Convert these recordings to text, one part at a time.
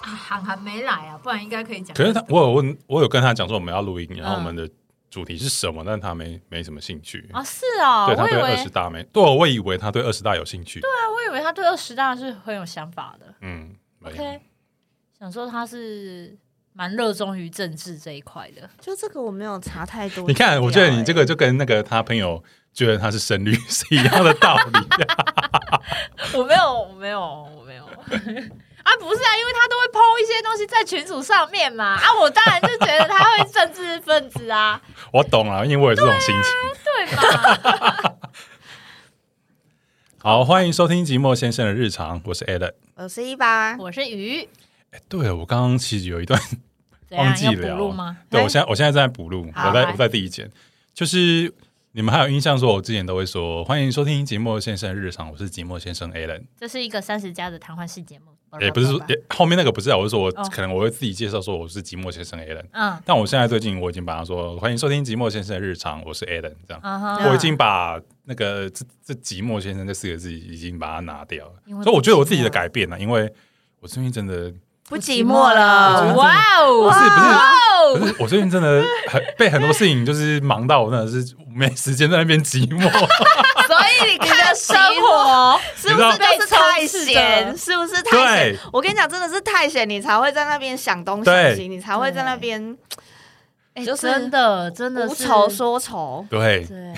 啊，涵涵没来啊，不然应该可以讲。可是他，我有问，我有跟他讲说我们要录音，然嗯后我们的主题是什么，但他没没什么兴趣。哦，是哦，对他我以对二为十大没，对我以为他对二十大有兴趣。对，啊，我以为他对二十大是很有想法的。嗯，没有 OK，想说他是蛮热衷于政治这一块的。就这个我没有查太多资料欸。你看，我觉得你这个就跟那个他朋友觉得他是神律是一样的道 理。我没有，我没有，我没有。啊，不是啊，因为他都会抛一些东西在群组上面嘛。啊，我当然就觉得他会政治分子啊，我懂了，因为我有这种心情。对吧？好，欢迎收听寂寞先生的日常，我是 Alan。我是一八，我是鱼，哎，对了，我刚刚其实有一哎段怎忘样记要聊补录吗？对，哎我现在我现在正在补录，好我在来我在第一节，就是你们还有印象说，我之前都会说欢迎收听寂寞先生的日常，我是寂寞先生 Alan，这是一个三十加的谈话系节目，也不是说也后面那个不是啊，我是说我哦可能我会自己介绍说我是寂寞先生 Alan，嗯但我现在最近我已经把它说欢迎收听寂寞先生的日常，我是 Alan 这样，嗯啊哼，我已经把那个这这寂寞先生这四个字已经把它拿掉了，因为所以我觉得我自己不寂的寞改变呢、因为我最近真的不寂寂寞寞我了觉得。哇哦，不是不是。哇可哦，是我最近真的很被很多事情就是忙到，我真的是没时间在那边寂寞。所以你看生活，是不是就是太你知道闲？是不是太对闲？我跟你讲，真的是太闲，你才会在那边想东对想西，你才会在那边哎就是真的真的无是愁说愁。对对，啊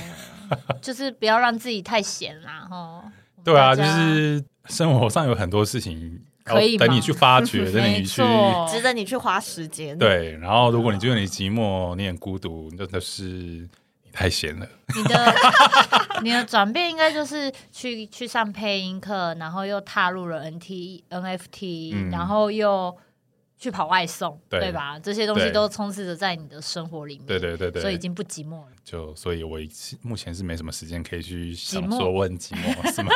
就是不要让自己太闲啦，哈。对啊，大就家是生活上有很多事情要可以等你忙去发掘，等没你去错值得你去花时间。，对。然后，如果你觉得你寂寞，你很孤独，真的是你太闲了。你 的你的转变应该就是去去上配音课，然后又踏入了 NT NFT，、嗯然后又去跑外送，对吧？这些东西对都充斥着在你的生活里面，对对对所以已对，经不寂寞了。就所以，我目前是没什么时间可以去想寞说我很寂寞，是吗？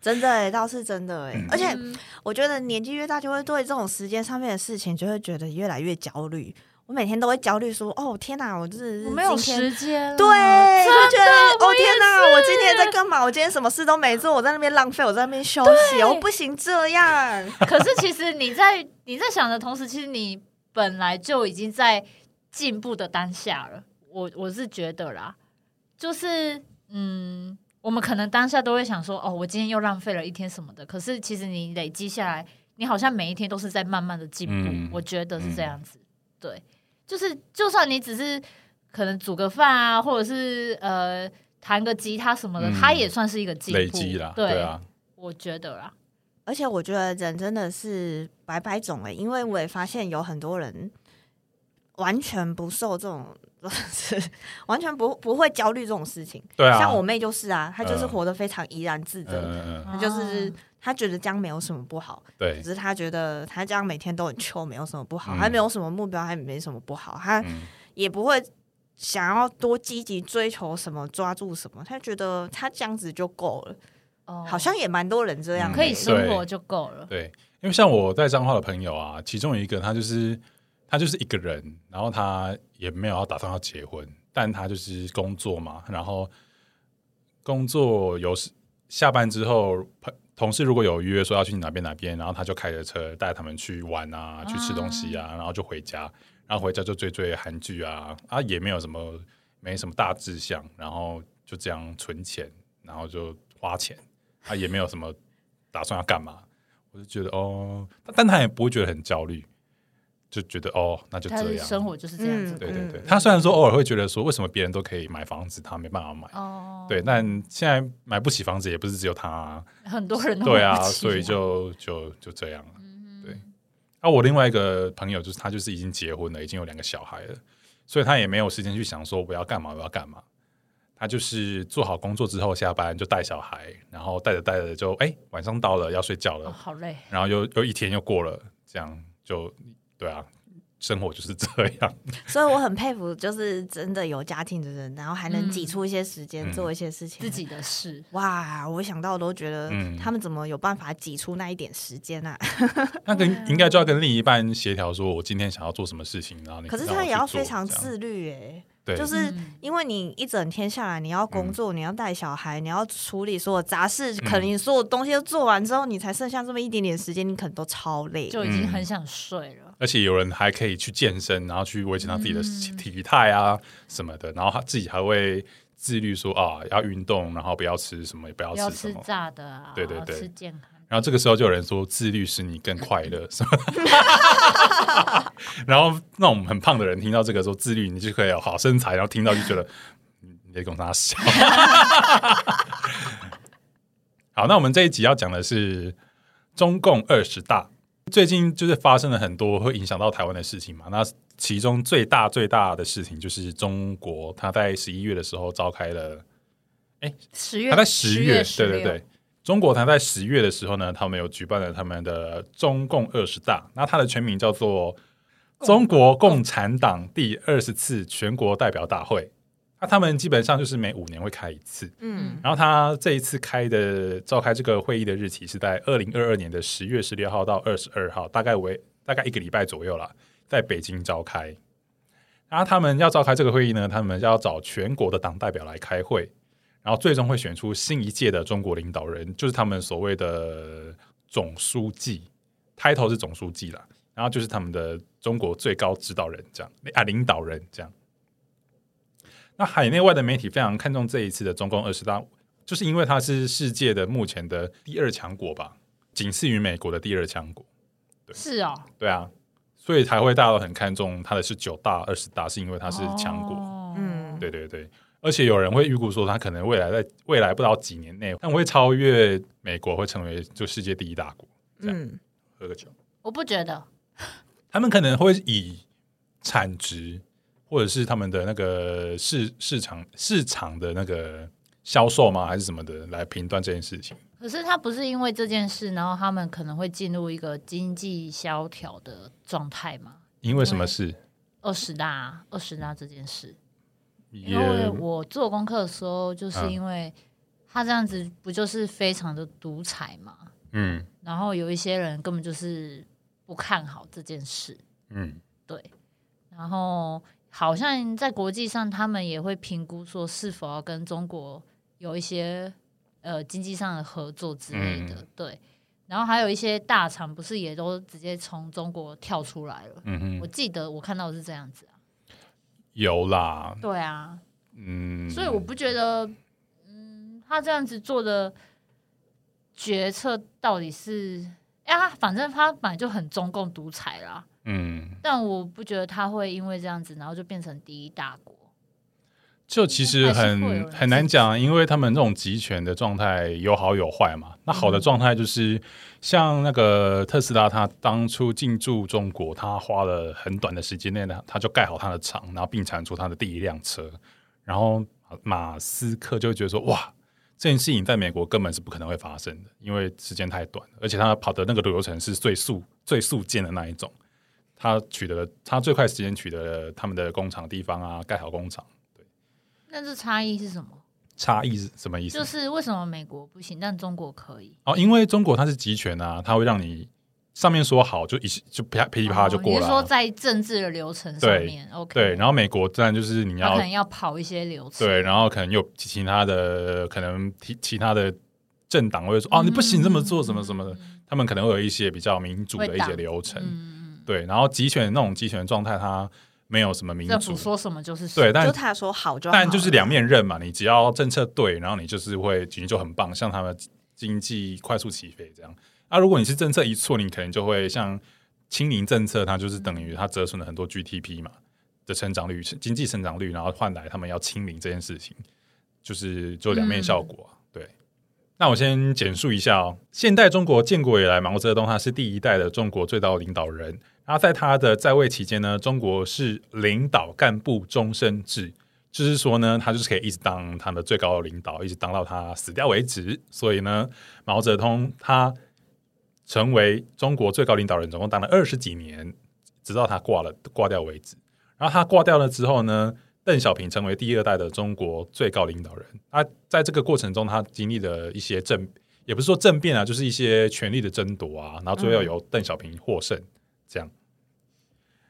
真的欸倒是真的嗯哎。而且我觉得年纪越大，就会对这种时间上面的事情，就会觉得越来越焦虑。我每天都会焦虑，说：“哦，天哪，我真的是我没有今天时间了，对，就觉得我哦也天哪，是我今天在干嘛？我今天什么事都没做，我在那边浪费，我在那边休息，我不行这样。 可是其实你在你在想的同时，其实你本来就已经在进步的当下了。我我是觉得啦，就是嗯，我们可能当下都会想说，哦，我今天又浪费了一天什么的。可是其实你累积下来，你好像每一天都是在慢慢的进步。嗯我觉得是这样子，对，就是就算你只是可能煮个饭啊，或者是呃弹个吉他什么的，嗯它也算是一个进步。累积啦，对对啊，我觉得啦，而且我觉得人真的是百百种哎、因为我也发现有很多人完全不受这种， 是完全不不会焦虑这种事情。对啊。像我妹就是啊，她就是嗯活得非常怡然自嗯，嗯得，嗯嗯，她就是啊她觉得这样没有什么不好，对只，是她觉得她这样每天都很秋，没有什么不好，嗯她没有什么目标，还没什么不好，她嗯，也不会想要多积极追求什么，抓住什么，她觉得她这样子就够了。哦好像也蛮多人这样嗯的，可以生对活就够了。对，因为像我在彰化的朋友啊，其中有一个他就是他就是一个人，然后他也没有要打算要结婚，但他就是工作嘛，然后工作有时下班之后，朋同事如果有约说要去哪边哪边，然后他就开着车带他们去玩啊，去吃东西啊，然后就回家，然后回家就追追韩剧啊，啊也没有什么没什么大志向，然后就这样存钱，然后就花钱，他啊也没有什么打算要干嘛，我就觉得哦，但但他也不会觉得很焦虑，就觉得哦，那就他这的样。生活就是这样子过。嗯对对对，嗯他虽然说偶尔会觉得说，为什么别人都可以买房子，他没办法买？哦，对，，但现在买不起房子也不是只有他、啊，很多 人都对啊，买不起所以就就就这样了。嗯对，啊，我另外一个朋友就是他就是已经结婚了，已经有两个小孩了，所以他也没有时间去想说我要干嘛，我要干嘛。他就是做好工作之后下班就带小孩，然后带着带着就哎、晚上到了要睡觉了哦，好累。然后又又一天又过了，这样就对啊，生活就是这 样。所以我很佩服，就是真的有家庭的人，然后还能挤出一些时间嗯做一些事情。自己的事，哇，我想到都觉得嗯他们怎么有办法挤出那一点时间啊？那跟应该就要跟另一半协调，说我今天想要做什么事情，然后你 可是让我他去也要做非常这样自律哎、对，嗯就是嗯因为你一整天下来，你要工作，你要带小孩，你要处理所有杂事，可能你所有东西都做完之后，你才剩下这么一点点时间，你可能都超嗯累。就已经很想睡了。而且有人还可以去健身，然后去维持他自己的嗯体态啊什么的，然后他自己还会自律说啊要运动，然后不要吃什么，也不要不要吃什吃么。炸的啊，对对对吃健康。然后这个时候就有人说自律使你更快乐什么。然后那种很胖的人听到这个说自律，你就可以有好身材，然后听到就觉得嗯你在跟他笑。好，那我们这一集要讲的是中共二十大，最近就是发生了很多会影响到台湾的事情嘛。那其中最大最大的事情就是中国，它在十一月的时候召开了十月他在啊十月， 10对对对，中国他在十月的时候呢，他们有举办了他们的中共二十大，那它的全名叫做中国共产党第二十次全国代表大会。那他们基本上就是每五年会开一次，嗯然后他这一次开的召开这个会议的日期是在二零二二年的十月十六号到二十二号，大概为大概一个礼拜左右啦，在北京召开。然后他们要召开这个会议呢，他们要找全国的党代表来开会，然后最终会选出新一届的中国领导人，就是他们所谓的总书记，title 是总书记啦，然后就是他们的中国最高指导人这样啊，领导人这样。那海内外的媒体非常看重这一次的中共二十大，就是因为它是世界的目前的第二强国吧，仅次于美国的第二强国。是哦，对啊，所以才会大家都很看重它的是九大、二十大，是因为它是强国。哦嗯，对对对，而且有人会预估说，它可能未来在未来不知道几年内，但会超越美国，会成为就世界第一大国。嗯，喝个酒，我不觉得，他们可能会以产值或者是他们的那个市市场市场的那个销售吗，还是什么的来评断这件事情。可是他不是因为这件事，然后他们可能会进入一个经济萧条的状态吗？因为什么事？二十大，啊二十大这件事，也因为我做功课的时候，就是嗯因为他这样子不就是非常的独裁嘛，嗯然后有一些人根本就是不看好这件事，嗯对，然后好像在国际上，他们也会评估说是否要跟中国有一些呃经济上的合作之类嗯的，对。然后还有一些大厂不是也都直接从中国跳出来了？嗯我哼，记得我看到的是这样子啊，有啦，对啊，嗯，所以我不觉得，嗯，他这样子做的决策到底是，哎、呀，反正他本来就很中共独裁啦，嗯。但我不觉得他会因为这样子，然后就变成第一大国。就其实还是会有人很支持很难讲，因为他们这种集权的状态有好有坏嘛。那好的嗯状态就是、像那个特斯拉，它当初进驻中国，它花了很短的时间内呢，它就盖好它的厂，然后并产出它的第一辆车。然后马斯克就会觉得说，哇，这件事情在美国根本是不可能会发生的，因为时间太短，而且他跑的那个流程是最速最速见的那一种。他取得了，他最快时间取得了他们的工厂地方啊，盖好工厂。那这差异是什么？差异是什么意思？就是为什么美国不行，但中国可以？哦，因为中国它是集权啊，它会让你上面说好就一就啪噼里啪啦就哦过你了是啊、说在政治的流程上面？OK，对，然后美国当然就是你他要可能要跑一些流程。对，然后可能有其其他的可能其其他的政党会嗯说哦，你不行这么做什么什么的，他们可能会有一些比较民主的一些流程，嗯，嗯对，然后集权那种集权的状态，它没有什么民嗯，政主府，说什么就是什对，么。但就他说好就好，但就是两面刃嘛，你只要政策对，然后你就是会你就很棒，像他们经济快速起飞这样。啊，如果你是政策一错，你可能就会像清零政策，它就是等于它折损了很多 GDP 嘛的成长率、经济成长率，然后换来他们要清零这件事情，就是就两面效果啊、对，那我先简述一下哦。现代中国建国以来，毛泽东他是第一代的中国最高领导人。然后在他的在位期间呢，中国是领导干部终身制，就是说呢，他就是可以一直当他的最高领导，一直当到他死掉为止。所以呢，毛泽东他成为中国最高领导人，总共当了二十几年，直到他挂了挂掉为止。然后他挂掉了之后呢，邓小平成为第二代的中国最高领导人。他在这个过程中，他经历了一些政，也不是说政变啊，就是一些权力的争夺啊，然后最嗯后由邓小平获胜，这样。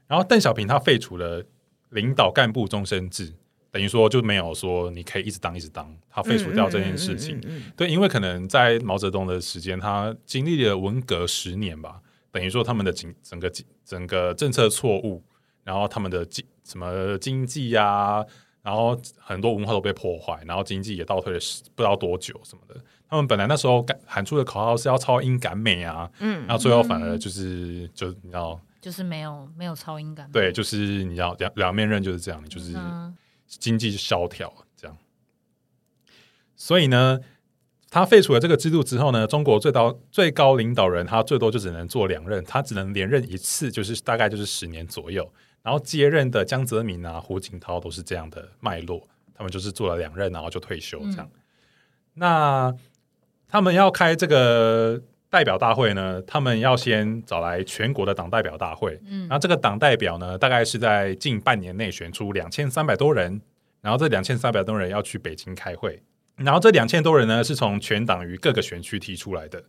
然后邓小平他废除了领导干部终身制，等于说就没有说你可以一直当一直当，他废除掉这件事情。嗯嗯嗯嗯嗯对，因为可能在毛泽东的时间，他经历了文革十年吧，等于说他们的整整个整个政策错误，然后他们的经什么经济呀、然后很多文化都被破坏，然后经济也倒退了十不知道多久什么的。他们本来那时候赶喊出的口号是要超英赶美啊，嗯然后最后反而就是、就你知道，就是没有没有超音感。对，就是你知道两两面刃就是这样，你就是。嗯，经济萧条这样。所以呢，他废除了这个制度之后呢，中国最高最高领导人他最多就只能做两任，他只能连任一次，就是大概就是十年左右。然后接任的江泽民啊、胡锦涛都是这样的脉络，他们就是做了两任，然后就退休这样。那他们要开这个代表大会呢，他们要先找来全国的党代表大会，嗯然后这个党代表呢，大概是在近半年内选出两千三百多人，然后这两千三百多人要去北京开会，然后这两千多人呢是从全党于各个选区提出来的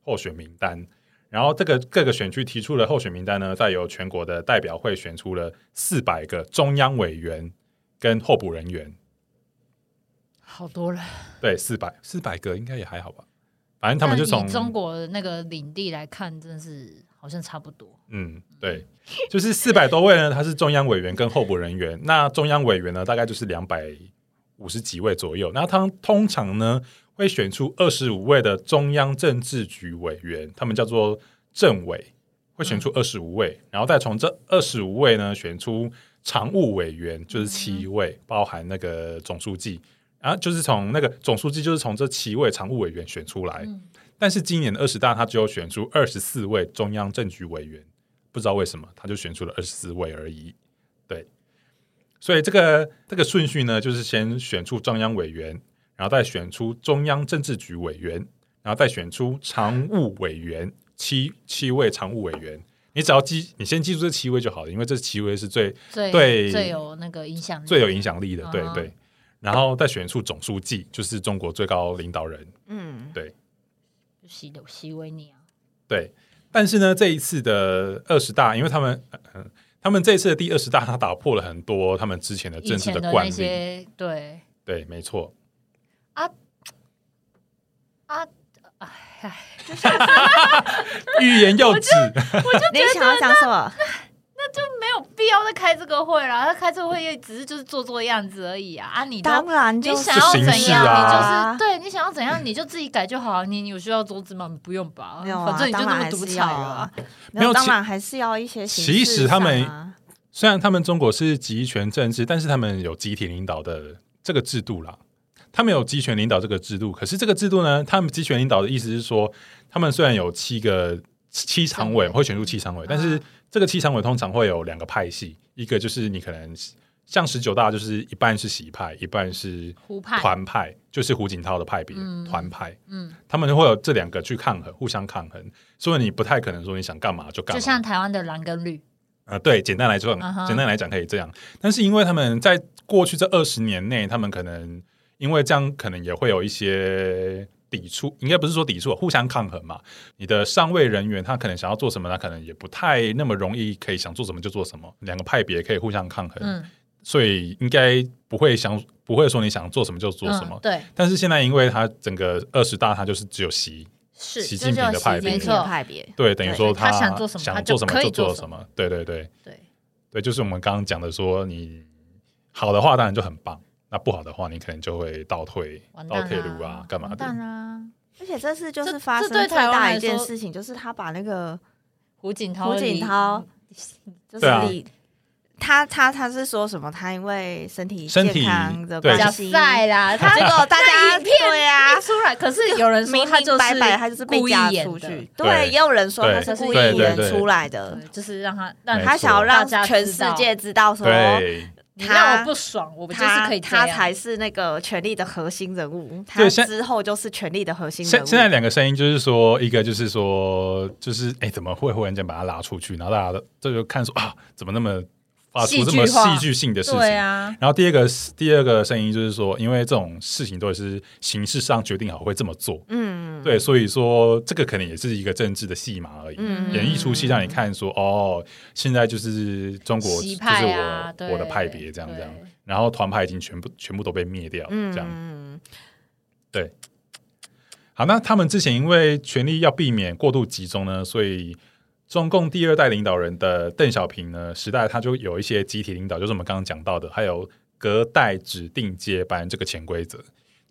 候选名单，然后这个各个选区提出的候选名单呢，再由全国的代表会选出了四百个中央委员跟候补人员，好多人。对，四百四百个应该也还好吧，反 正他们就但从以中国的那个领地来看，真的是好像差不多。嗯，对，就是四百多位呢，他是中央委员跟候补人员。那中央委员呢，大概就是两百五十几位左右。那他们通常呢会选出二十五位的中央政治局委员，他们叫做政委，会选出二十五位，然后再从这二十五位呢选出常务委员，就是七位，包含那个总书记。然后就是从那个总书记，就是从这七位常务委员选出来。嗯但是今年的二十大，他只有选出二十四位中央政局委员，不知道为什么，他就选出了二十四位而已。对，所以这个这个顺序呢，就是先选出中央委员，然后再选出中央政治局委员，然后再选出常务委员，七七位常务委员。你只要记，你先记住这七位就好了，因为这七位是最最对最有那个影响力，最有影响力的，对嗯哼对。然后再选出总书记，就是中国最高领导人。嗯就西的西维尼啊，对，但是呢，这一次的二十大，因为他们、呃呃他们这一次的第二十大，他打破了很多他们之前的以政治前的那惯例。些对对，没错，啊，哎欲言又止。你想要讲什么？没有必要再开这个会啦。他开这个会也只是就是做做样子而已啊。啊，你都当然就你是想要形怎式样，啊你就是对你想要怎样，你就自己改就好啊。你你有需要桌子吗？不用吧，没有啊，反正你就当那然么还独是裁要了啊啊。，没有当其然还是要一些形其式实他们上啊虽然他们中国是集权政治，但是他们有集体领导的这个制度啦。他们有集权领导这个制度，可是这个制度呢，他们集权领导的意思是说，他们虽然有七个七常委常委会选出七常嗯委，但是这个七常委通常会有两个派系，一个就是你可能像十九大，就是一半是习派，一半是胡派团派，就是胡锦涛的派别嗯团派，嗯，他们会有这两个去抗衡，互相抗衡，所以你不太可能说你想干嘛就干嘛，就像台湾的蓝跟绿，啊，对，简单来说嗯哼简单来讲可以这样。但是因为他们在过去这二十年内，他们可能因为这样，可能也会有一些抵触，应该不是说抵触，互相抗衡嘛。你的上位人员他可能想要做什么，他可能也不太那么容易可以想做什么就做什么，两个派别可以互相抗衡，嗯，所以应该不会想不会说你想做什么就做什么嗯。对，但是现在，因为他整个二十大，他就是只有习，是习这近平叫的习派别没没错错，，派别对，等于对说他想做什么他想就做什么可以就做做什什么，对对对。对，对，就是我们刚刚讲的说，你好的话当然就很棒，那不好的话，你可能就会倒退、完倒蛋退啦路啊，干嘛完的？蛋啦！而且这次就这是发这生对最台湾大来一件说事情，就是他把那个胡锦涛，胡锦涛，就对啊是李，他他他是说什么？他因为身体身体健康的对关假系，赛啦，他结果大家那影片对啊一，出来，可是有人说明他就明是白白他就是被故意嫁演出的去，对对，也有人说他对是故意对对演对出来的对，，就是让他让没他错想要大让家全知世道界知道说对，你让他我不爽，我就是他可以这他样才是那个权力的核心人物，他对现之后就是权力的核心人现物。现在两个声音就是说，一个就是说，就是哎，怎么会忽然间把他拉出去？然后大家都这就看说啊，怎么那么啊戏出这剧么化戏剧性的事情。对啊，然后第二个是第二个声音就是说，因为这种事情都是形式上决定好会这么做，嗯，对，所以说这个可能也是一个政治的戏码而已。嗯演一出戏让你看说，哦，现在就是中国习就是嗯派我、啊对我的派别这样这样对，然后团派已经全部全部都被灭掉，嗯，这样。嗯好，那他们之前因为权力要避免过度集中呢，所以中共第二代领导人的邓小平呢时代，他就有一些集体领导，就是我们刚刚讲到的，还有隔代指定接班这个潜规则，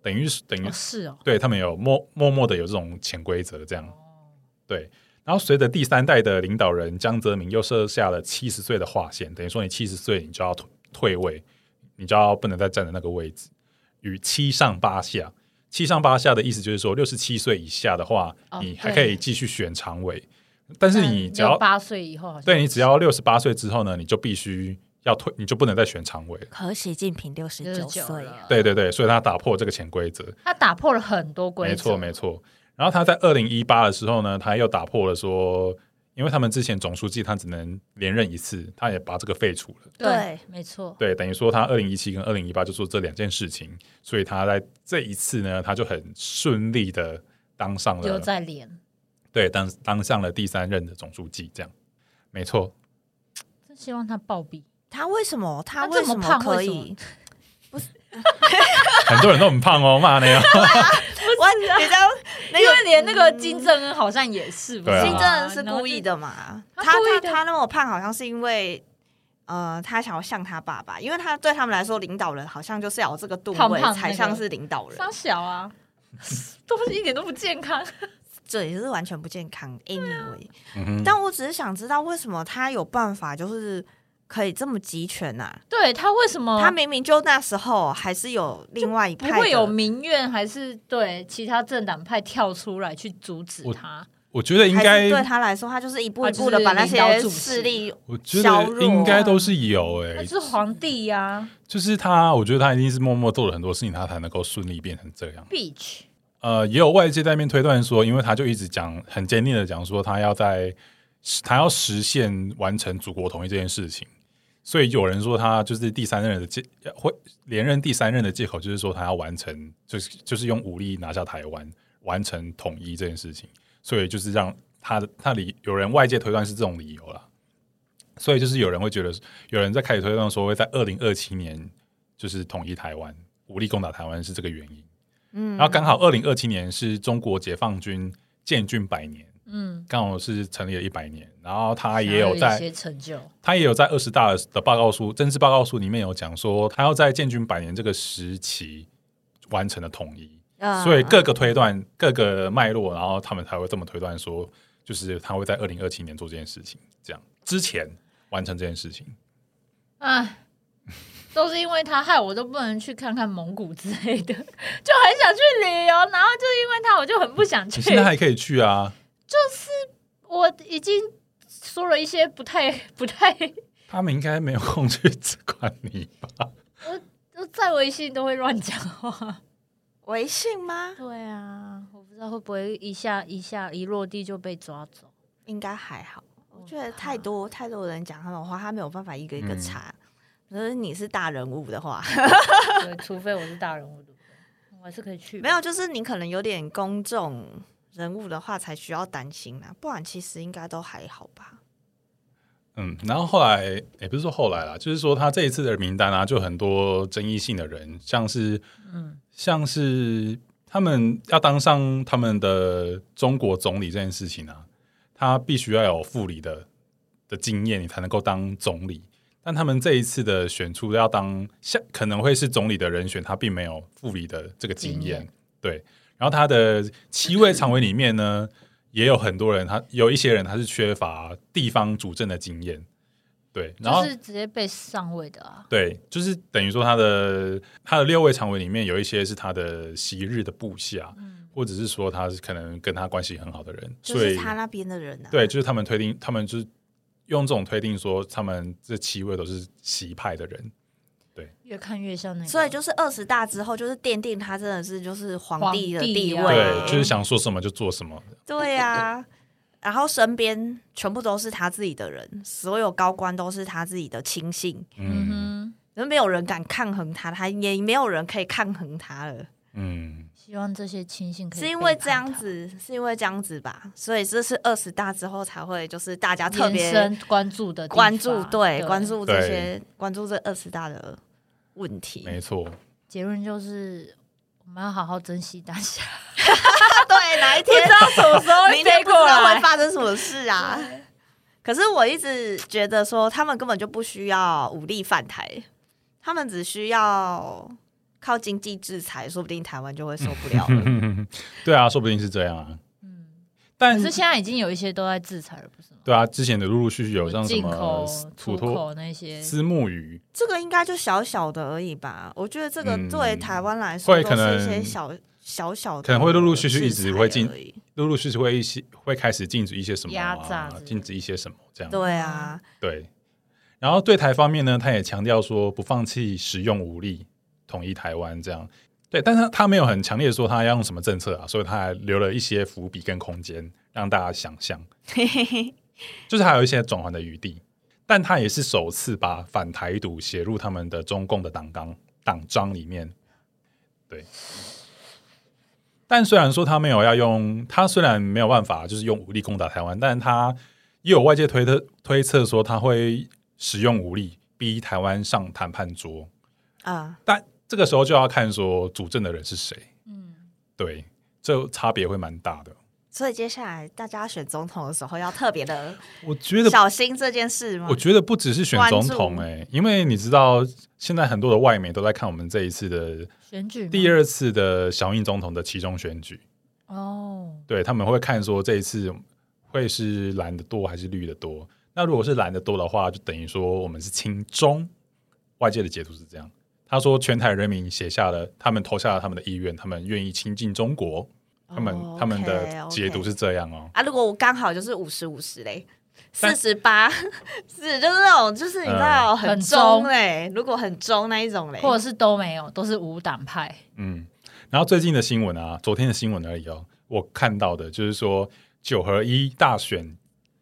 等于是等于哦是哦，对他们有默默默的有这种潜规则，这样对。然后随着第三代的领导人江泽民又设下了七十岁的划线，等于说你七十岁你就要退退位，你就要不能再站在那个位置，与七上八下。七上八下的意思就是说，六十七岁以下的话，哦你还可对以继续选常委，但是但你只要八岁以后，好像对你只要六十八岁之后呢，你就必须要退，你就不能再选常委了。可习近平六十九69岁了对对对，所以他打破这个潜规则。他打破了很多规则，没错，没错。然后他在二零一八的时候呢，他又打破了说，因为他们之前总书记他只能连任一次，他也把这个废除了。对对，没错，对，等于说他二零一七跟二零一八就做这两件事情，所以他在这一次呢，他就很顺利的当上又了，在连，对，当当上了第三任的总书记，这样没错。真希望他暴毙。他为什么他他这为什么胖可为什以？很多人都很胖哦，骂 那样，我你知 道嗯那因个为连那个金正恩好像也是，不对是啊金正恩是故意，的嘛？他他故意他的他那么胖，好像是因为呃，他想要像他爸爸，因为他对他们来说，领导人好像就是要有这个吨胖位胖那才个像是领导人，伤小 啊，东西一点都不健康。这也是完全不健康。Anyway，、啊嗯哼，但我只是想知道为什么他有办法，就是可以这么集权呐、对他为什么他明明就那时候还是有另外一哦不派的，会有民怨，还是对其他政党派跳出来去阻止我他？我觉得应还该是，对他来说，他就是一步一步他就的是把那领导些主席势力我觉削得弱啊应该都是有诶、他是皇帝呀就是他，我觉得他一定是默默做了很多事情，他才能够顺利变成这样。 ，Beach 呃，也有外界在那边推断说，因为他就一直讲很坚定的讲说，他要在他要实现完成祖国统一这件事情，所以有人说他就是第三任的借会连任第三任的借口，就是说他要完成，就是就是用武力拿下台湾，完成统一这件事情，所以就是让他的他理有人外界推断是这种理由啦，所以就是有人会觉得，有人在开始推断说会在二零二七年就是统一台湾，武力攻打台湾是这个原因。嗯，然后刚好二零二七年是中国解放军建军百年，嗯，刚好是成立了一百年。然后他也想要有有一在些成就，他也有在二十大的报告书、政治报告书里面有讲说，他要在建军百年这个时期完成了统一。嗯所以各个推断、各个脉络，然后他们才会这么推断说，就是他会在二零二七年做这件事情，这样之前完成这件事情。唉。都是因为他害我都不能去看看蒙古之类的，就 很想去旅游，然后就因为他我就很不想去你。现在还可以去啊，我已经说了一些不太不太，他们应该没有空去管你吧？就在微信都会乱讲话。微信吗？ 对啊，我不知道会不会一下一下一落地就被抓走。应该还嗯好。我觉得怕太多太多人讲他们的话，他没有办法一个一个嗯查。可是你是大人物的 话，对，除非我是大人物，对不对我还是可以去。没有，就是你可能有点公众人物的话，才需要担心啦。不然其实应该都还好吧。嗯，然后后来也不是说后来啦，就是说他这一次的名单啊，就很多争议性的人，像是嗯，像是他们要当上他们的中国总理这件事情啊，他必须要有副理的的经验，你才能够当总理。但他们这一次的选出要当下可能会是总理的人选，他并没有副理的这个经经验验，对。然后他的七位常委里面呢，也有很多人，他有一些人他是缺乏地方主政的经验，对。然后、就是直接被上位的啊。对，就是等于说他的他的六位常委里面有一些是他的昔日的部下，嗯或者是说他是可能跟他关系很好的人，就所是以他那边的人啊，对，就是他们推定，他们就是用这种推定说，他们这七位都是习派的人，越看越像那个，所以就是二十大之后，就是奠定他真的是就是皇帝的皇帝地啊位。对，就是想说什么就做什么。对呀、然后身边全部都是他自己的人，所有高官都是他自己的亲信，嗯嗯然后没有人敢抗衡他，他也没有人可以抗衡他了。哼，嗯希望这些亲信可以是因为背叛这样他子，是因为这样子吧，所以这是二十大之后才会，就是大家啊特延别伸关注的地关注，方对，关注这对些，关注这二十大的问题。没错， 结论就是我们要好好珍惜当 下， 对，哪一天道什么时候明天不知道会。发生什么事啊。可是我一直觉得说，他们根本就不需要武力犯台，他们只需要靠经济制裁，说不定台湾就会受不了了。对啊，说不定是这样啊。嗯，但可是现在已经有一些都在制裁了，不是吗？对啊，之前的陆陆续续有像什进么口、出土托口那些，丝木鱼，这个应该就小小的而已吧？我觉得这个嗯对台湾来说，会都可是能一些小小小的，可能会陆陆续续一直会进。已。陆陆续续会一些会开始禁止一些什么、压榨啊之类，的禁止一些什么这样。对啊，对，然后对台方面呢，他也强调说不放弃使用武力统一台湾这样。对，但是他没有很强烈的说他要用什么政策啊，所以他还留了一些伏笔跟空间让大家想象，嘿嘿嘿， 就是还有一些转换的余地。但他也是首次把反台独写入他们的中共的党纲党章里面。对，但虽然说他没有要用，他虽然没有办法就是用武力攻打台湾，但他也有外界推特推测说他会使用武力逼台湾上谈判桌。啊，但这个时候就要看说主政的人是谁，嗯，对，这差别会蛮大的。所以接下来大家选总统的时候要特别的我觉得小心这件事吗我？觉得不只是选嗯关总注统哎、因为你知道现在很多的外媒都在看我们这一次嗯的选举吗第二次的小英总统的其中选举，哦，对他们会看说这一次会是蓝的多还是绿的多。那如果是蓝的多的话，就等于说我们是亲中。外界的解读是这样，他说全台人民写下了他们投下了他们的意愿，他们愿意亲近中国，他们、哦他们的 OK，OK 解读是这样哦。啊，如果我刚好就是五十五十嘞，四但嗯十八是就是那种就是你知道、很很中中嘞，如果很中那一种嘞，或者是都没有，都是无党派，嗯，然后最近的新闻啊，昨天的新闻而已哦，我看到的就是说九合一大选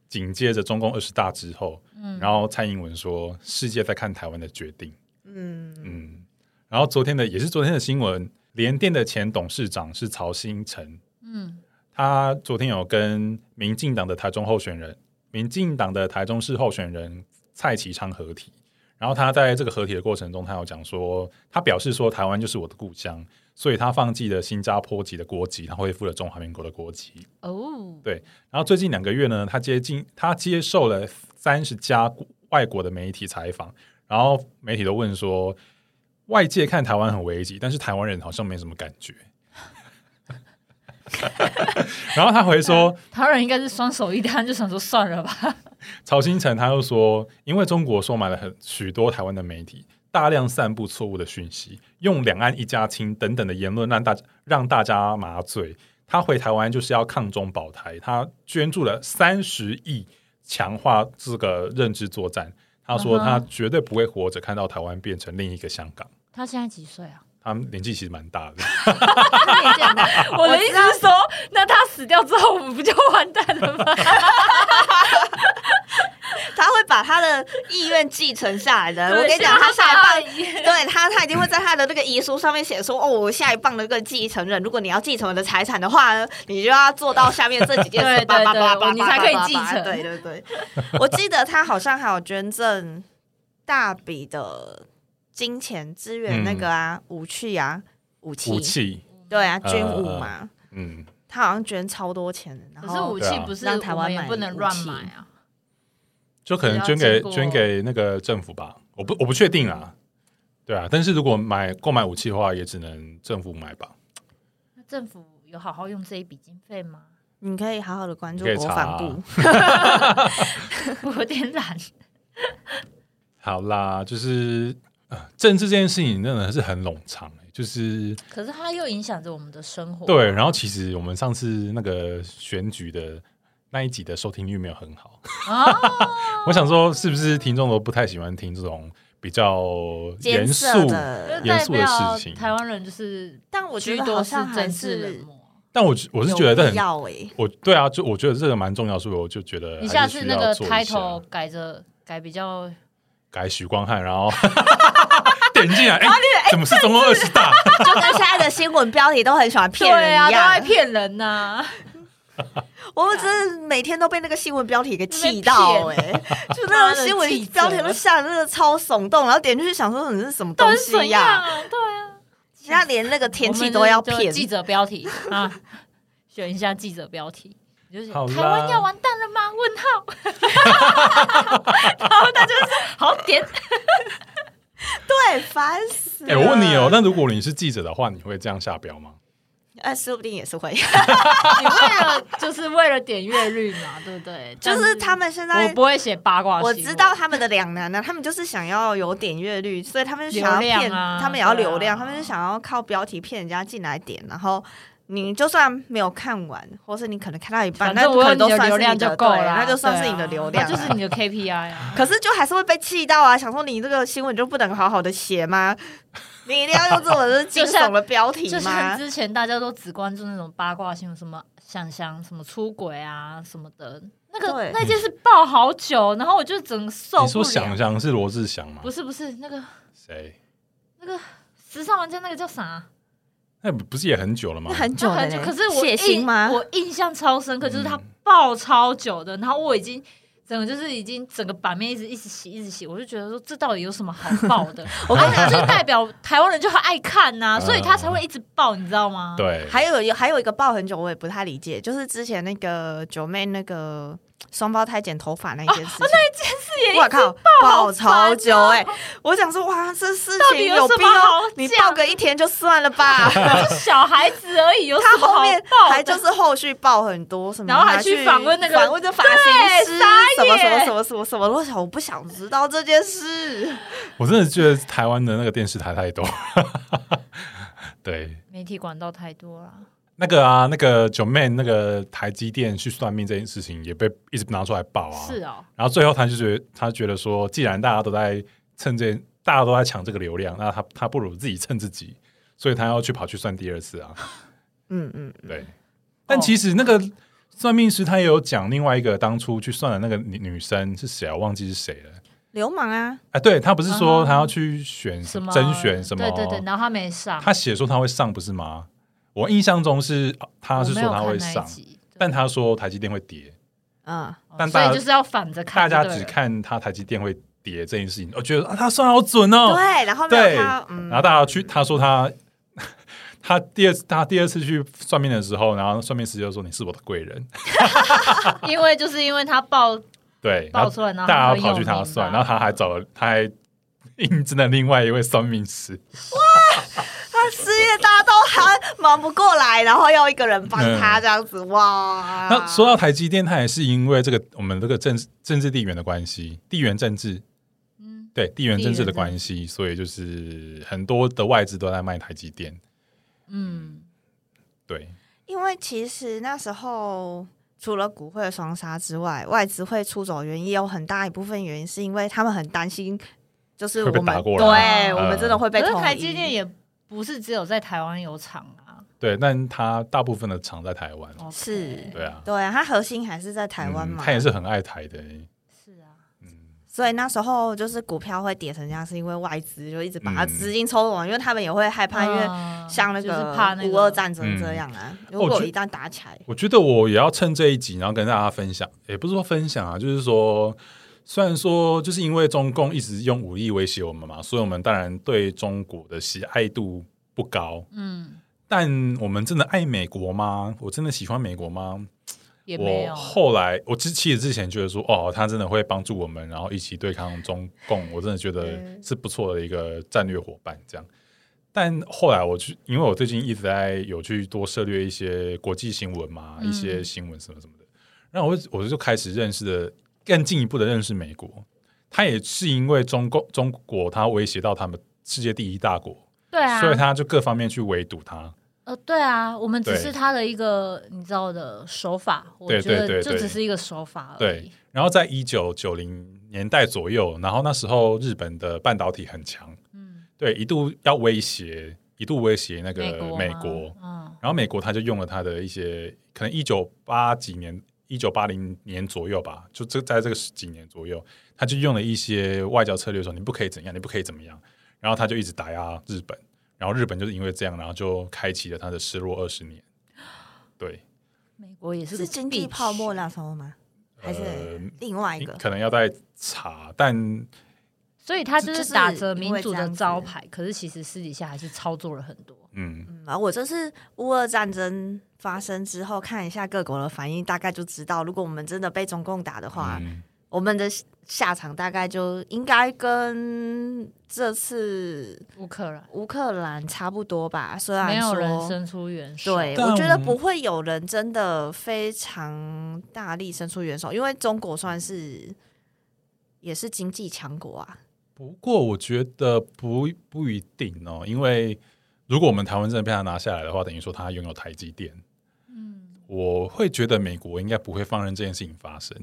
紧接着中共二十大之后，嗯然后蔡英文说世界在看台湾的决定，嗯，嗯，然后昨天的也是昨天的新闻，联电的前董事长是曹新成，嗯，他昨天有跟民进党的台中候选人、民进党的台中市候选人蔡其昌合体。然后他在这个合体的过程中，他有讲说，他表示说，台湾就是我的故乡，所以他放弃了新加坡籍的国籍，他恢复了中华民国的国籍。哦，对然后最近两个月呢，他接近他接受了三十家外国的媒体采访，然后媒体都问说，外界看台湾很危急，但是台湾人好像没什么感觉。 然后他回说，台湾人应该是双手一摊，就想说算了吧，曹新成他又说，因为中国收买了很许多台湾的媒体，大量散布错误的讯息，用两岸一家亲等等的言论让大让大家麻醉。他回台湾就是要抗中保台，他捐助了三十亿强化这个认知作战。他说嗯哼他绝对不会活着看到台湾变成另一个香港。他现在几岁 啊？他们年纪其实蛮大的，那也简单 我的意思是说，那他死掉之后，我们不就完蛋了吗？他会把他的意愿继承下来的。 对啊我跟你 讲，他像下他一爸 棒，对他，他一定会在他的那个遗书上面写说，哦，我下一棒的那个继承人，如果你要继承我的财产的话呢，你就要做到下面这几件 事，对对叭叭对叭叭叭叭叭叭，你才可以继 承对对对，我记得他好像还有捐赠大笔的金钱支援那个啊，武器啊，武嗯器，武器，对啊，军武嘛，嗯，他好像捐超多钱的，然可是后武器不是啊让台我湾们也买不能武乱器买啊。就可能了捐给解过捐给那个政府吧，我不我不确定啊，对啊，但是如果买购买武器的话，也只能政府买吧。那政府有好好用这一笔经费 吗？你可以好好的关注你可以国查防啊部。我有点懒。好啦，就是、呃、政治这件事情真的是很冗长、欸就是可是它又影响着我们的生活。对。然后其实我们上次那个选举的那一集的收听率没有很好，啊，我想说是不是听众都不太喜欢听这种比较严艰肃涩的严肃的事情代表台湾人就是但我觉居得多好是像还政治冷是漠，但我我是觉得这有必很，要哎，我对啊，就我觉得这个蛮重要，所以我就觉得你下呃还是次需那要个做一下 title 改着改比较，改许光汉，然后 点进来，哎、怎么是中共二十大？就跟现在的新闻标题都很喜欢骗人对啊，一都啊爱样。骗人啊 呐、我们真的每天都被那个新闻标题给气到哎， 就那妈的个新记闻者标题都吓得真的超耸动，然后点进去想说你是什么到东底是西怎样呀？啊？对啊，现在连那个天气都要我们骗就，记者标题啊， 选一下记者标题。就是好啦台湾要完蛋了吗？问号， 然后他就是好点，对，烦死哎、了。我问你哦，，那如果你是记者的话，你会这样下标吗？哎，说不定也是会， 你为了就是为了点阅率嘛，对不对？就是但他们现我在不会写八卦新我闻，知道他们的两难呢，啊他们就是想要有点阅率，所以他们就想要流量骗，啊他们也要对啊流量，他们就想要靠标题骗人家进来点，然后。你就算没有看完，或是你可能看到一半，反那正不我可有能你都的算流是量你的够对了啊，那就算是对啊你的流量，那就是你的 KPI 啊。可是就还是会被气到啊！想说你这个新闻就不能好好的写吗？你一定要用这种就是惊 就像悚的标题就像吗？之前大家都只关注那种八卦新闻，什么想想什么出轨啊什么的，那个对那件事爆好久，然后我就整个受你不说想了。想是罗志祥吗？不是不是，那个谁？时尚玩家那个叫啥？那不是也很久了吗那？很久就了很呢久，可是我血腥印吗？我印象超深刻，就是它嗯爆超久的，然后我已经。整个就是已经整个版面一直一直洗一直洗，我就觉得说这到底有什么好爆 的？我跟然你后讲，就是代表台湾人就很爱看呐、嗯所以他才会一直爆，你知道吗？对，还有有还有一个爆很久，我也不太理解，就是之前那 个九妹那个双胞胎剪头发那一件事情，是哦也一我直靠，好烦爆哦超久哎、我想说哇，这事到底情有什么必要好？你讲爆个一天就算了 吧。就小孩子而已，有什他么好后面爆的还就是后续爆很多什么，然后还拿去访问那个访问的发型师对傻什么什么眼什么什么什么，我想我不想知道这件事。我真的觉得台湾的那个电视台太多。 对，媒体管道太多了。那个啊，那个九妹那个台积电去算命这件事情也被一直拿出来爆啊。是哦，然后最后他就觉得，他觉得说，既然大家都在趁这，大家都在抢这个流量，那他他不如自己蹭自己，所以他要去跑去算第二次啊。嗯嗯，对，哦但其实那个算命师他也有讲另外一个当初去算的那个女女生是谁啊？忘记是谁了。流氓啊，哎，对他不是说嗯哼他要去选什么甄选什么？对对对，然后他没上，他写说他会上不是吗？我印象中是他是说他会上，但他说台积电会跌，嗯，但但所大家以就是要反着大看，家只。看他台积电会跌这件事情，我觉得、啊、他算好准哦。对，然后没对，有他，嗯然后大家去，他说他 他第二次他第二次去算命的时候，然后算命师就说你是我的贵人， 因为就是因为他爆对，然爆后出来，然后他大家就跑去用他名算，吧然后他还找了他还应征了另外一位算命师， 他失业，大家都还忙不过来，然后要一个人帮他这样子，哇！那说到台积电，它也是因为这个我们这个政政治地缘的关系，地缘政治，嗯对地缘政治地的缘关系，所以就是很多的外资都在卖台积电。嗯，对，因为其实那时候除了股汇双杀之外，外资会出走的原因也有很大一部分原因是因为他们很担心，就是会被我打们过对来我嗯们真的会被可是统台一积电也不是只有在台湾有厂啊，哦对，但它大部分的厂在台湾， OK 是对啊，对啊，它核心还是在台湾嗯嘛，它也是很爱台的、欸是啊，嗯，所以那时候就是股票会跌成这样，是因为外资就一直把它嗯资金抽走，因为他们也会害怕，因为为像那嗯就是怕个那个哦乌俄战争这样啊，如我果觉一旦打起来，我觉得我也要趁这一集，然后跟大家分享，也不是说分享啊，就是说。虽然说，就是因为中共一直用武力威胁我们嘛，所以我们当然对中国的喜爱度不高。嗯但我们真的爱美国吗？我真的喜欢美国吗？也没我有，啊后来我之其实之前觉得说，哦，他真的会帮助我们，然后一起对抗中共，我真的觉得嗯是不错的一个战略伙伴。这样，但后来我去，因为我最近一直在有去多涉猎一些国际新闻嘛，嗯一些新闻什么什么的，然后我就我就开始认识了更进一步的认识美国。他也是因为中共中国，他威胁到他们世界第一大国，对啊，所以他就各方面去围堵他。呃，对啊，我们只对是他的一个你知道的手法，我对觉对对得就对只是一个手法而对已。，然后在一九九零年代左右，然后那时候日本的半导体很强，嗯，对，一度要威胁，一度威胁那个美国美吗国，嗯，然后美国他就用了他的一些，可能一九八几年、一九八零年左右吧，就这在这个十几年左右，他就用了一些外交策略说你不可以怎样，你不可以怎么样，然后他就一直打压日本，然后日本就是因为这样，然后就开启了他的失落二十年。对，美国也是是个经济 bitch 泡沫那时候吗？呃还是另外一你个？可能要再查，但所以他就就是是打着民因为主这的样子招牌，可是其实私底下还是操作了很多。嗯，嗯啊，我这次乌俄战争发生之后，看一下各国的反应，大概就知道，如果我们真的被中共打的话，嗯我们的下场大概就应该跟这次乌克兰乌克兰差不多吧。虽然没有说人伸出援手，对，但我觉得我们不会有人真的非常大力伸出援手，因为中国算是也是经济强国啊。不过我觉得不不一定哦，因为如果我们台湾真的被他拿下来的话，等于说他拥有台积电。嗯，我会觉得美国应该不会放任这件事情发生。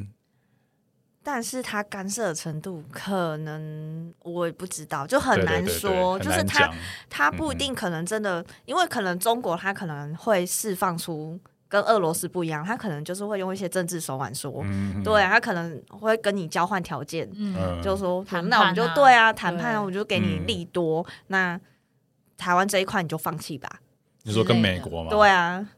但是它干涉的程度，可能我也不知道，就很对对难对对说。很就是难它讲嗯它不一定可能真的，因为可能中国它可能会释放出跟俄罗斯不一样，它可能就是会用一些政治手腕说，嗯对，啊它可能会跟你交换条件，嗯，就说谈那我们就判啊对啊，谈判对啊，我们就给你嗯利多，那台湾这一块你就放弃吧，你说跟美国嘛，嗯对啊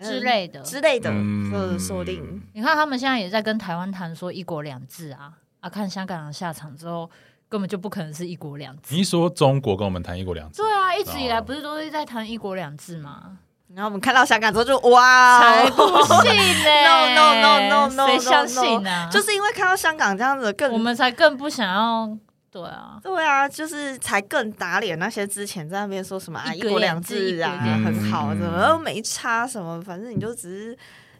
之嗯类的。之类的，嗯说说不定你看他们现在也在跟台湾谈说“一国两制”啊啊！看香港人下场之后，根本就不可能是一国两制。你哦一说中国跟我们谈一国两制对，啊，一直以来不是都是在谈“一国两制”吗？然后我们看到香港之后就哇才哦，不信呢 No, no, no, no, no, 谁 no, 相信呢？就是因为看到香港这样子更我们才更不想要。对啊，对啊，就是才更打脸那些之前在那边说什么啊一一国国两两制制一啊国两制很好，嗯什么都没差什么，反正你就只是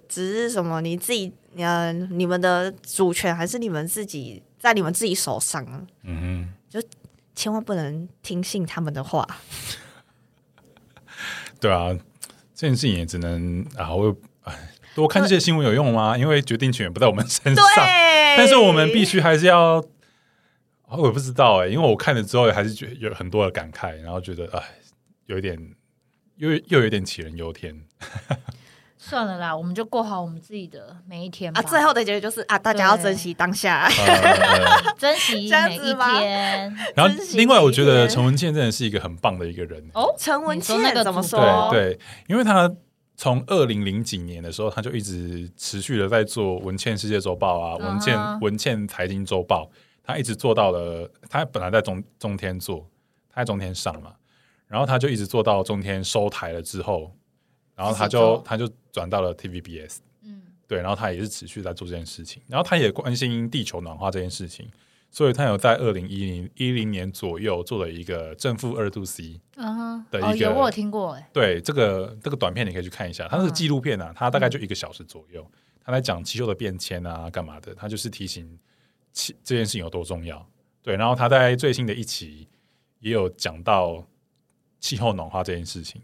只是什么你自己呃你们的主权还是你们自己在你们自己手上啊，嗯千万不能听信他们的话。哼，对啊，这件事情也只能啊，我哎多看这些新闻有用吗？因为决定权也不在我们身上，对，但是我们必须还是要。啊我也不知道哎、因为我看了之后还是觉得呃有很多的感慨，然后觉得哎，有一点又又有点杞人忧天。算了啦，我们就过好我们自己的每一天吧。啊，最后的结局就是啊，大家要珍惜当下。呃珍惜这样每一子吗天。然 后真，心另外我觉得体贴陈文茜真的是一个很棒的一个人哦陈文你说那茜个怎么主说？播对对，因为他从二零零几年的时候，他就一直持续的在做文茜世界周报啊，文茜、嗯哼文茜财经周报，他一直做到了。他本来在中中天做，他在中天上嘛，然后他就一直做到中天收台了之后，然后他自己就做他就转到了 TVBS，嗯，对，然后他也是持续在做这件事情，然后他也关心地球暖化这件事情，所以他有在二零一零一零年左右做了一个正负二度 C。嗯的哼，哦，一个有我有听过哎，对，这个这个短片你可以去看一下，它是纪录片啊，它大概就一个小时左右，它在讲气候的变迁啊，干嘛的，它就是提醒气这件事情有多重要。对，然后它在最新的一期也有讲到气候暖化这件事情，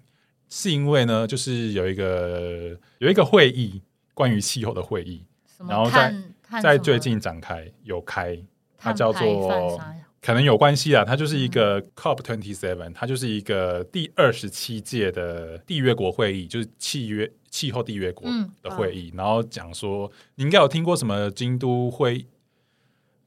是因为呢，就是有一个有一个会议，关于气候的会议，什么然后在碳碳在什么最近展开有开，它碳叫排放做啥可能有关系啊，它就是一嗯个 COP twenty seven，它就是一个第二十七届的缔约国会议，就是契约气候缔约国嗯的会议。然后讲说，你应该有听过什么京都会，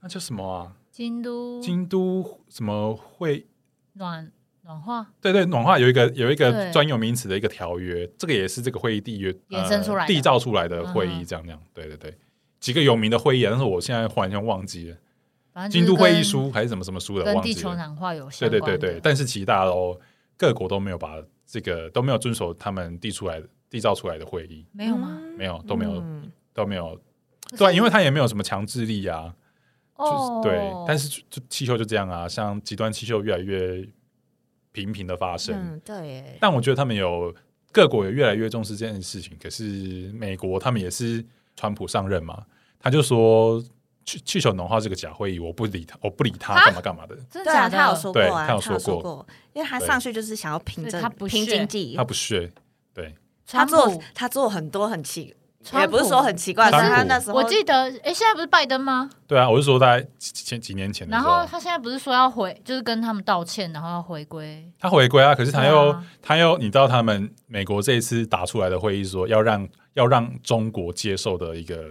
那叫什么啊？京都京都什么会？暖暖化对对，暖化有一个有一个对专有名词的一个条约，这个也是这个会议缔约衍生出来呃、的缔造出来的会嗯议，哼这样这样。对对对，几个有名的会议啊，但是我现在忽然间忘记了，反正就京是都会议跟书还是什么什么书的，跟忘记地了。球暖化有相对对关对的。对，但是其实大家都各国都没有把这个都没有遵守他们递出来的缔造出来的会议，没有吗？没有都没有、嗯都没有，可对啊、是因为它也没有什么强制力啊，嗯哦，就是对，但是就就气候就这样啊，像极端气候越来越频频的发生，嗯，对耶，但我觉得他们有各国也越来越重视这件事情。可是美国他们也是川普上任嘛，他就说气气球暖化这个假会议，我不理他，我不理他干嘛干嘛的，真的对啊，假的？他有说过啊，对他有说说过过，因为他对上去就是想要平对整他不拼屑经济他，不屑。对，他川做普他做很多很奇也不是说很奇怪，川但普是他那时候我记得，哎、现在不是拜登吗？对啊，我是说大概几前几年前的然时后候，他现在不是说要回，就是跟他们道歉，然后要回归。他回归啊，可是他又、对啊他又，你知道他们美国这一次打出来的会议说要让要让中国接受的一个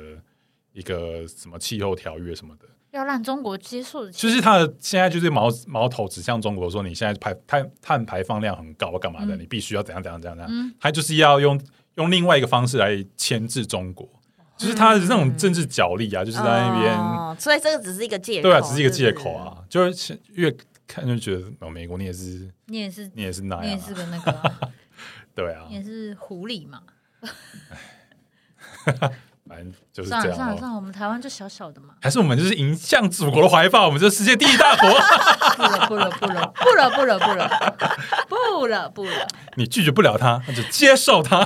一个什么气候条约什么的，要让中国接受的，就是他的现在就是矛矛头指向中国说你现在排碳碳排放量很高，干嘛的？嗯你必须要怎样怎样怎样怎样，嗯，他就是要用用另外一个方式来牵制中国，就是他的那种政治角力啊，就是在那边。嗯哦所以这个只是一个借口，对啊，只是一个借不口。啊，就是越看就觉得哦，美国你也是你也是，你也是那你也样、是啊，个那个啊、对啊你，也是狐狸嘛。反正就是算这了算样了咯。。算了，我们台湾就小小的嘛还是我们就是迎向祖国的怀抱，我们就是世界第一大国。 不了不了不了不了不了不了不了不了，你拒绝不了他，那就接 受他。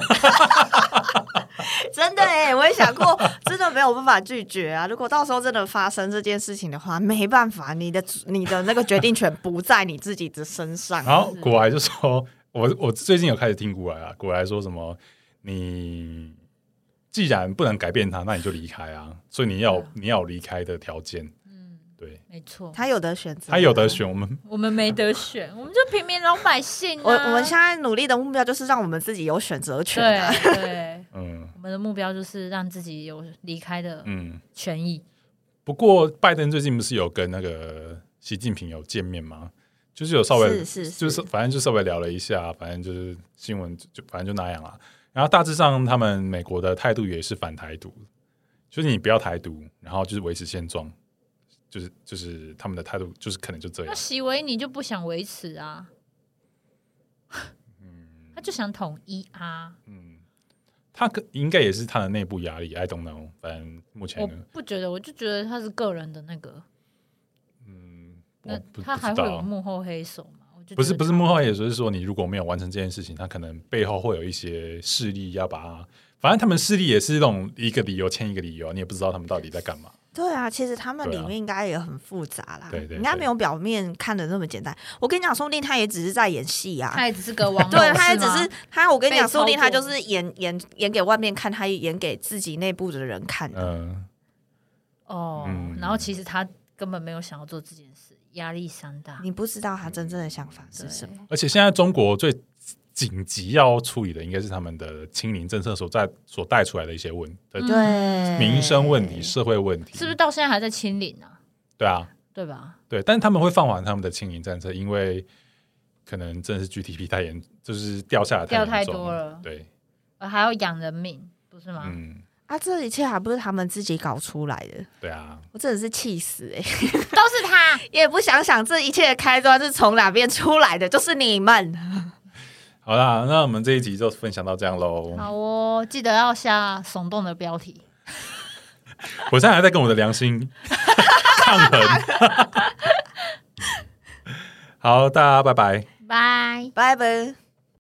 真的哎、我也想过， 真的没有办法拒绝啊。如果到时候真的发生这件事情的话，没办法，你的你的那个决定权不在你自己的身上。然后古来就说：“我我最近有开始听古来啊，古来说什么？你既然不能改变他，那你就离开啊。所以你要、对啊你要有离开的条件。嗯，对没错，他有的选择，他有得。选，我们我们没得选，我们就平民老百姓、啊。我我们现在努力的目标就是让我们自己有选择权、啊。对对，嗯我们的目标就是让自己有离开的嗯。权益。不过拜登最近不是有跟那个习近平有见面吗？就是有稍微是是是，就是反正就稍微聊了一下，反正就是新闻就就反正就那样啦。然后大致上他们美国的态度也是反台独，就是你不要台独，然后就是维持现状，就是就是他们的态度就是可能就这那样。席维尼就不想维持啊，他就想统一啊。嗯，他可应该也是他的内部压力，I don't know。反正目前我呢，不觉得，我就觉得他是个人的那个，嗯，我那不他还会不知有道。啊幕后黑手吗？我就不是不是，是幕后，也就是说，你如果没有完成这件事情，他可能背后会有一些势力要把他，反正他们势力也是那种一个理由牵一个理由，啊你也不知道他们到底在干嘛。对啊，其实他们对里啊面应该也很复杂啦，对对对应该没有表面看的那么简单。我跟你讲，说不定他也只是在演戏啊。他也只是 个王，对，他也是只吗是他，我跟你讲，被操说不定他就作是演演演给外面看，他也演给自己内部的人看的。嗯、哦。嗯然后其实他根本没有想要做这件事，压力山大。你不知道他真正的想法是什么。而且现在中国最紧急要处理的，应该是他们的清零政策所在所带出来的一些问的嗯对民生问题、社会问题，是不是到现在还在清零啊？对啊，对吧？对，但是他们会放缓他们的清零政策，因为可能真的是 GDP 太严，就是掉下来掉太太严重多了，对，呃还要养人命，不是吗？嗯，啊，这一切还不是他们自己搞出来的，对啊，我真的是气死哎、欸！ 都是他，也不想想这一切的开端是从哪边出来的，就是你们。好啦，那我们这一集就分享到这样喽。好哦，记得要下耸动的标题。我现在还在跟我的良心 抗衡。好，大家拜拜。拜。拜拜。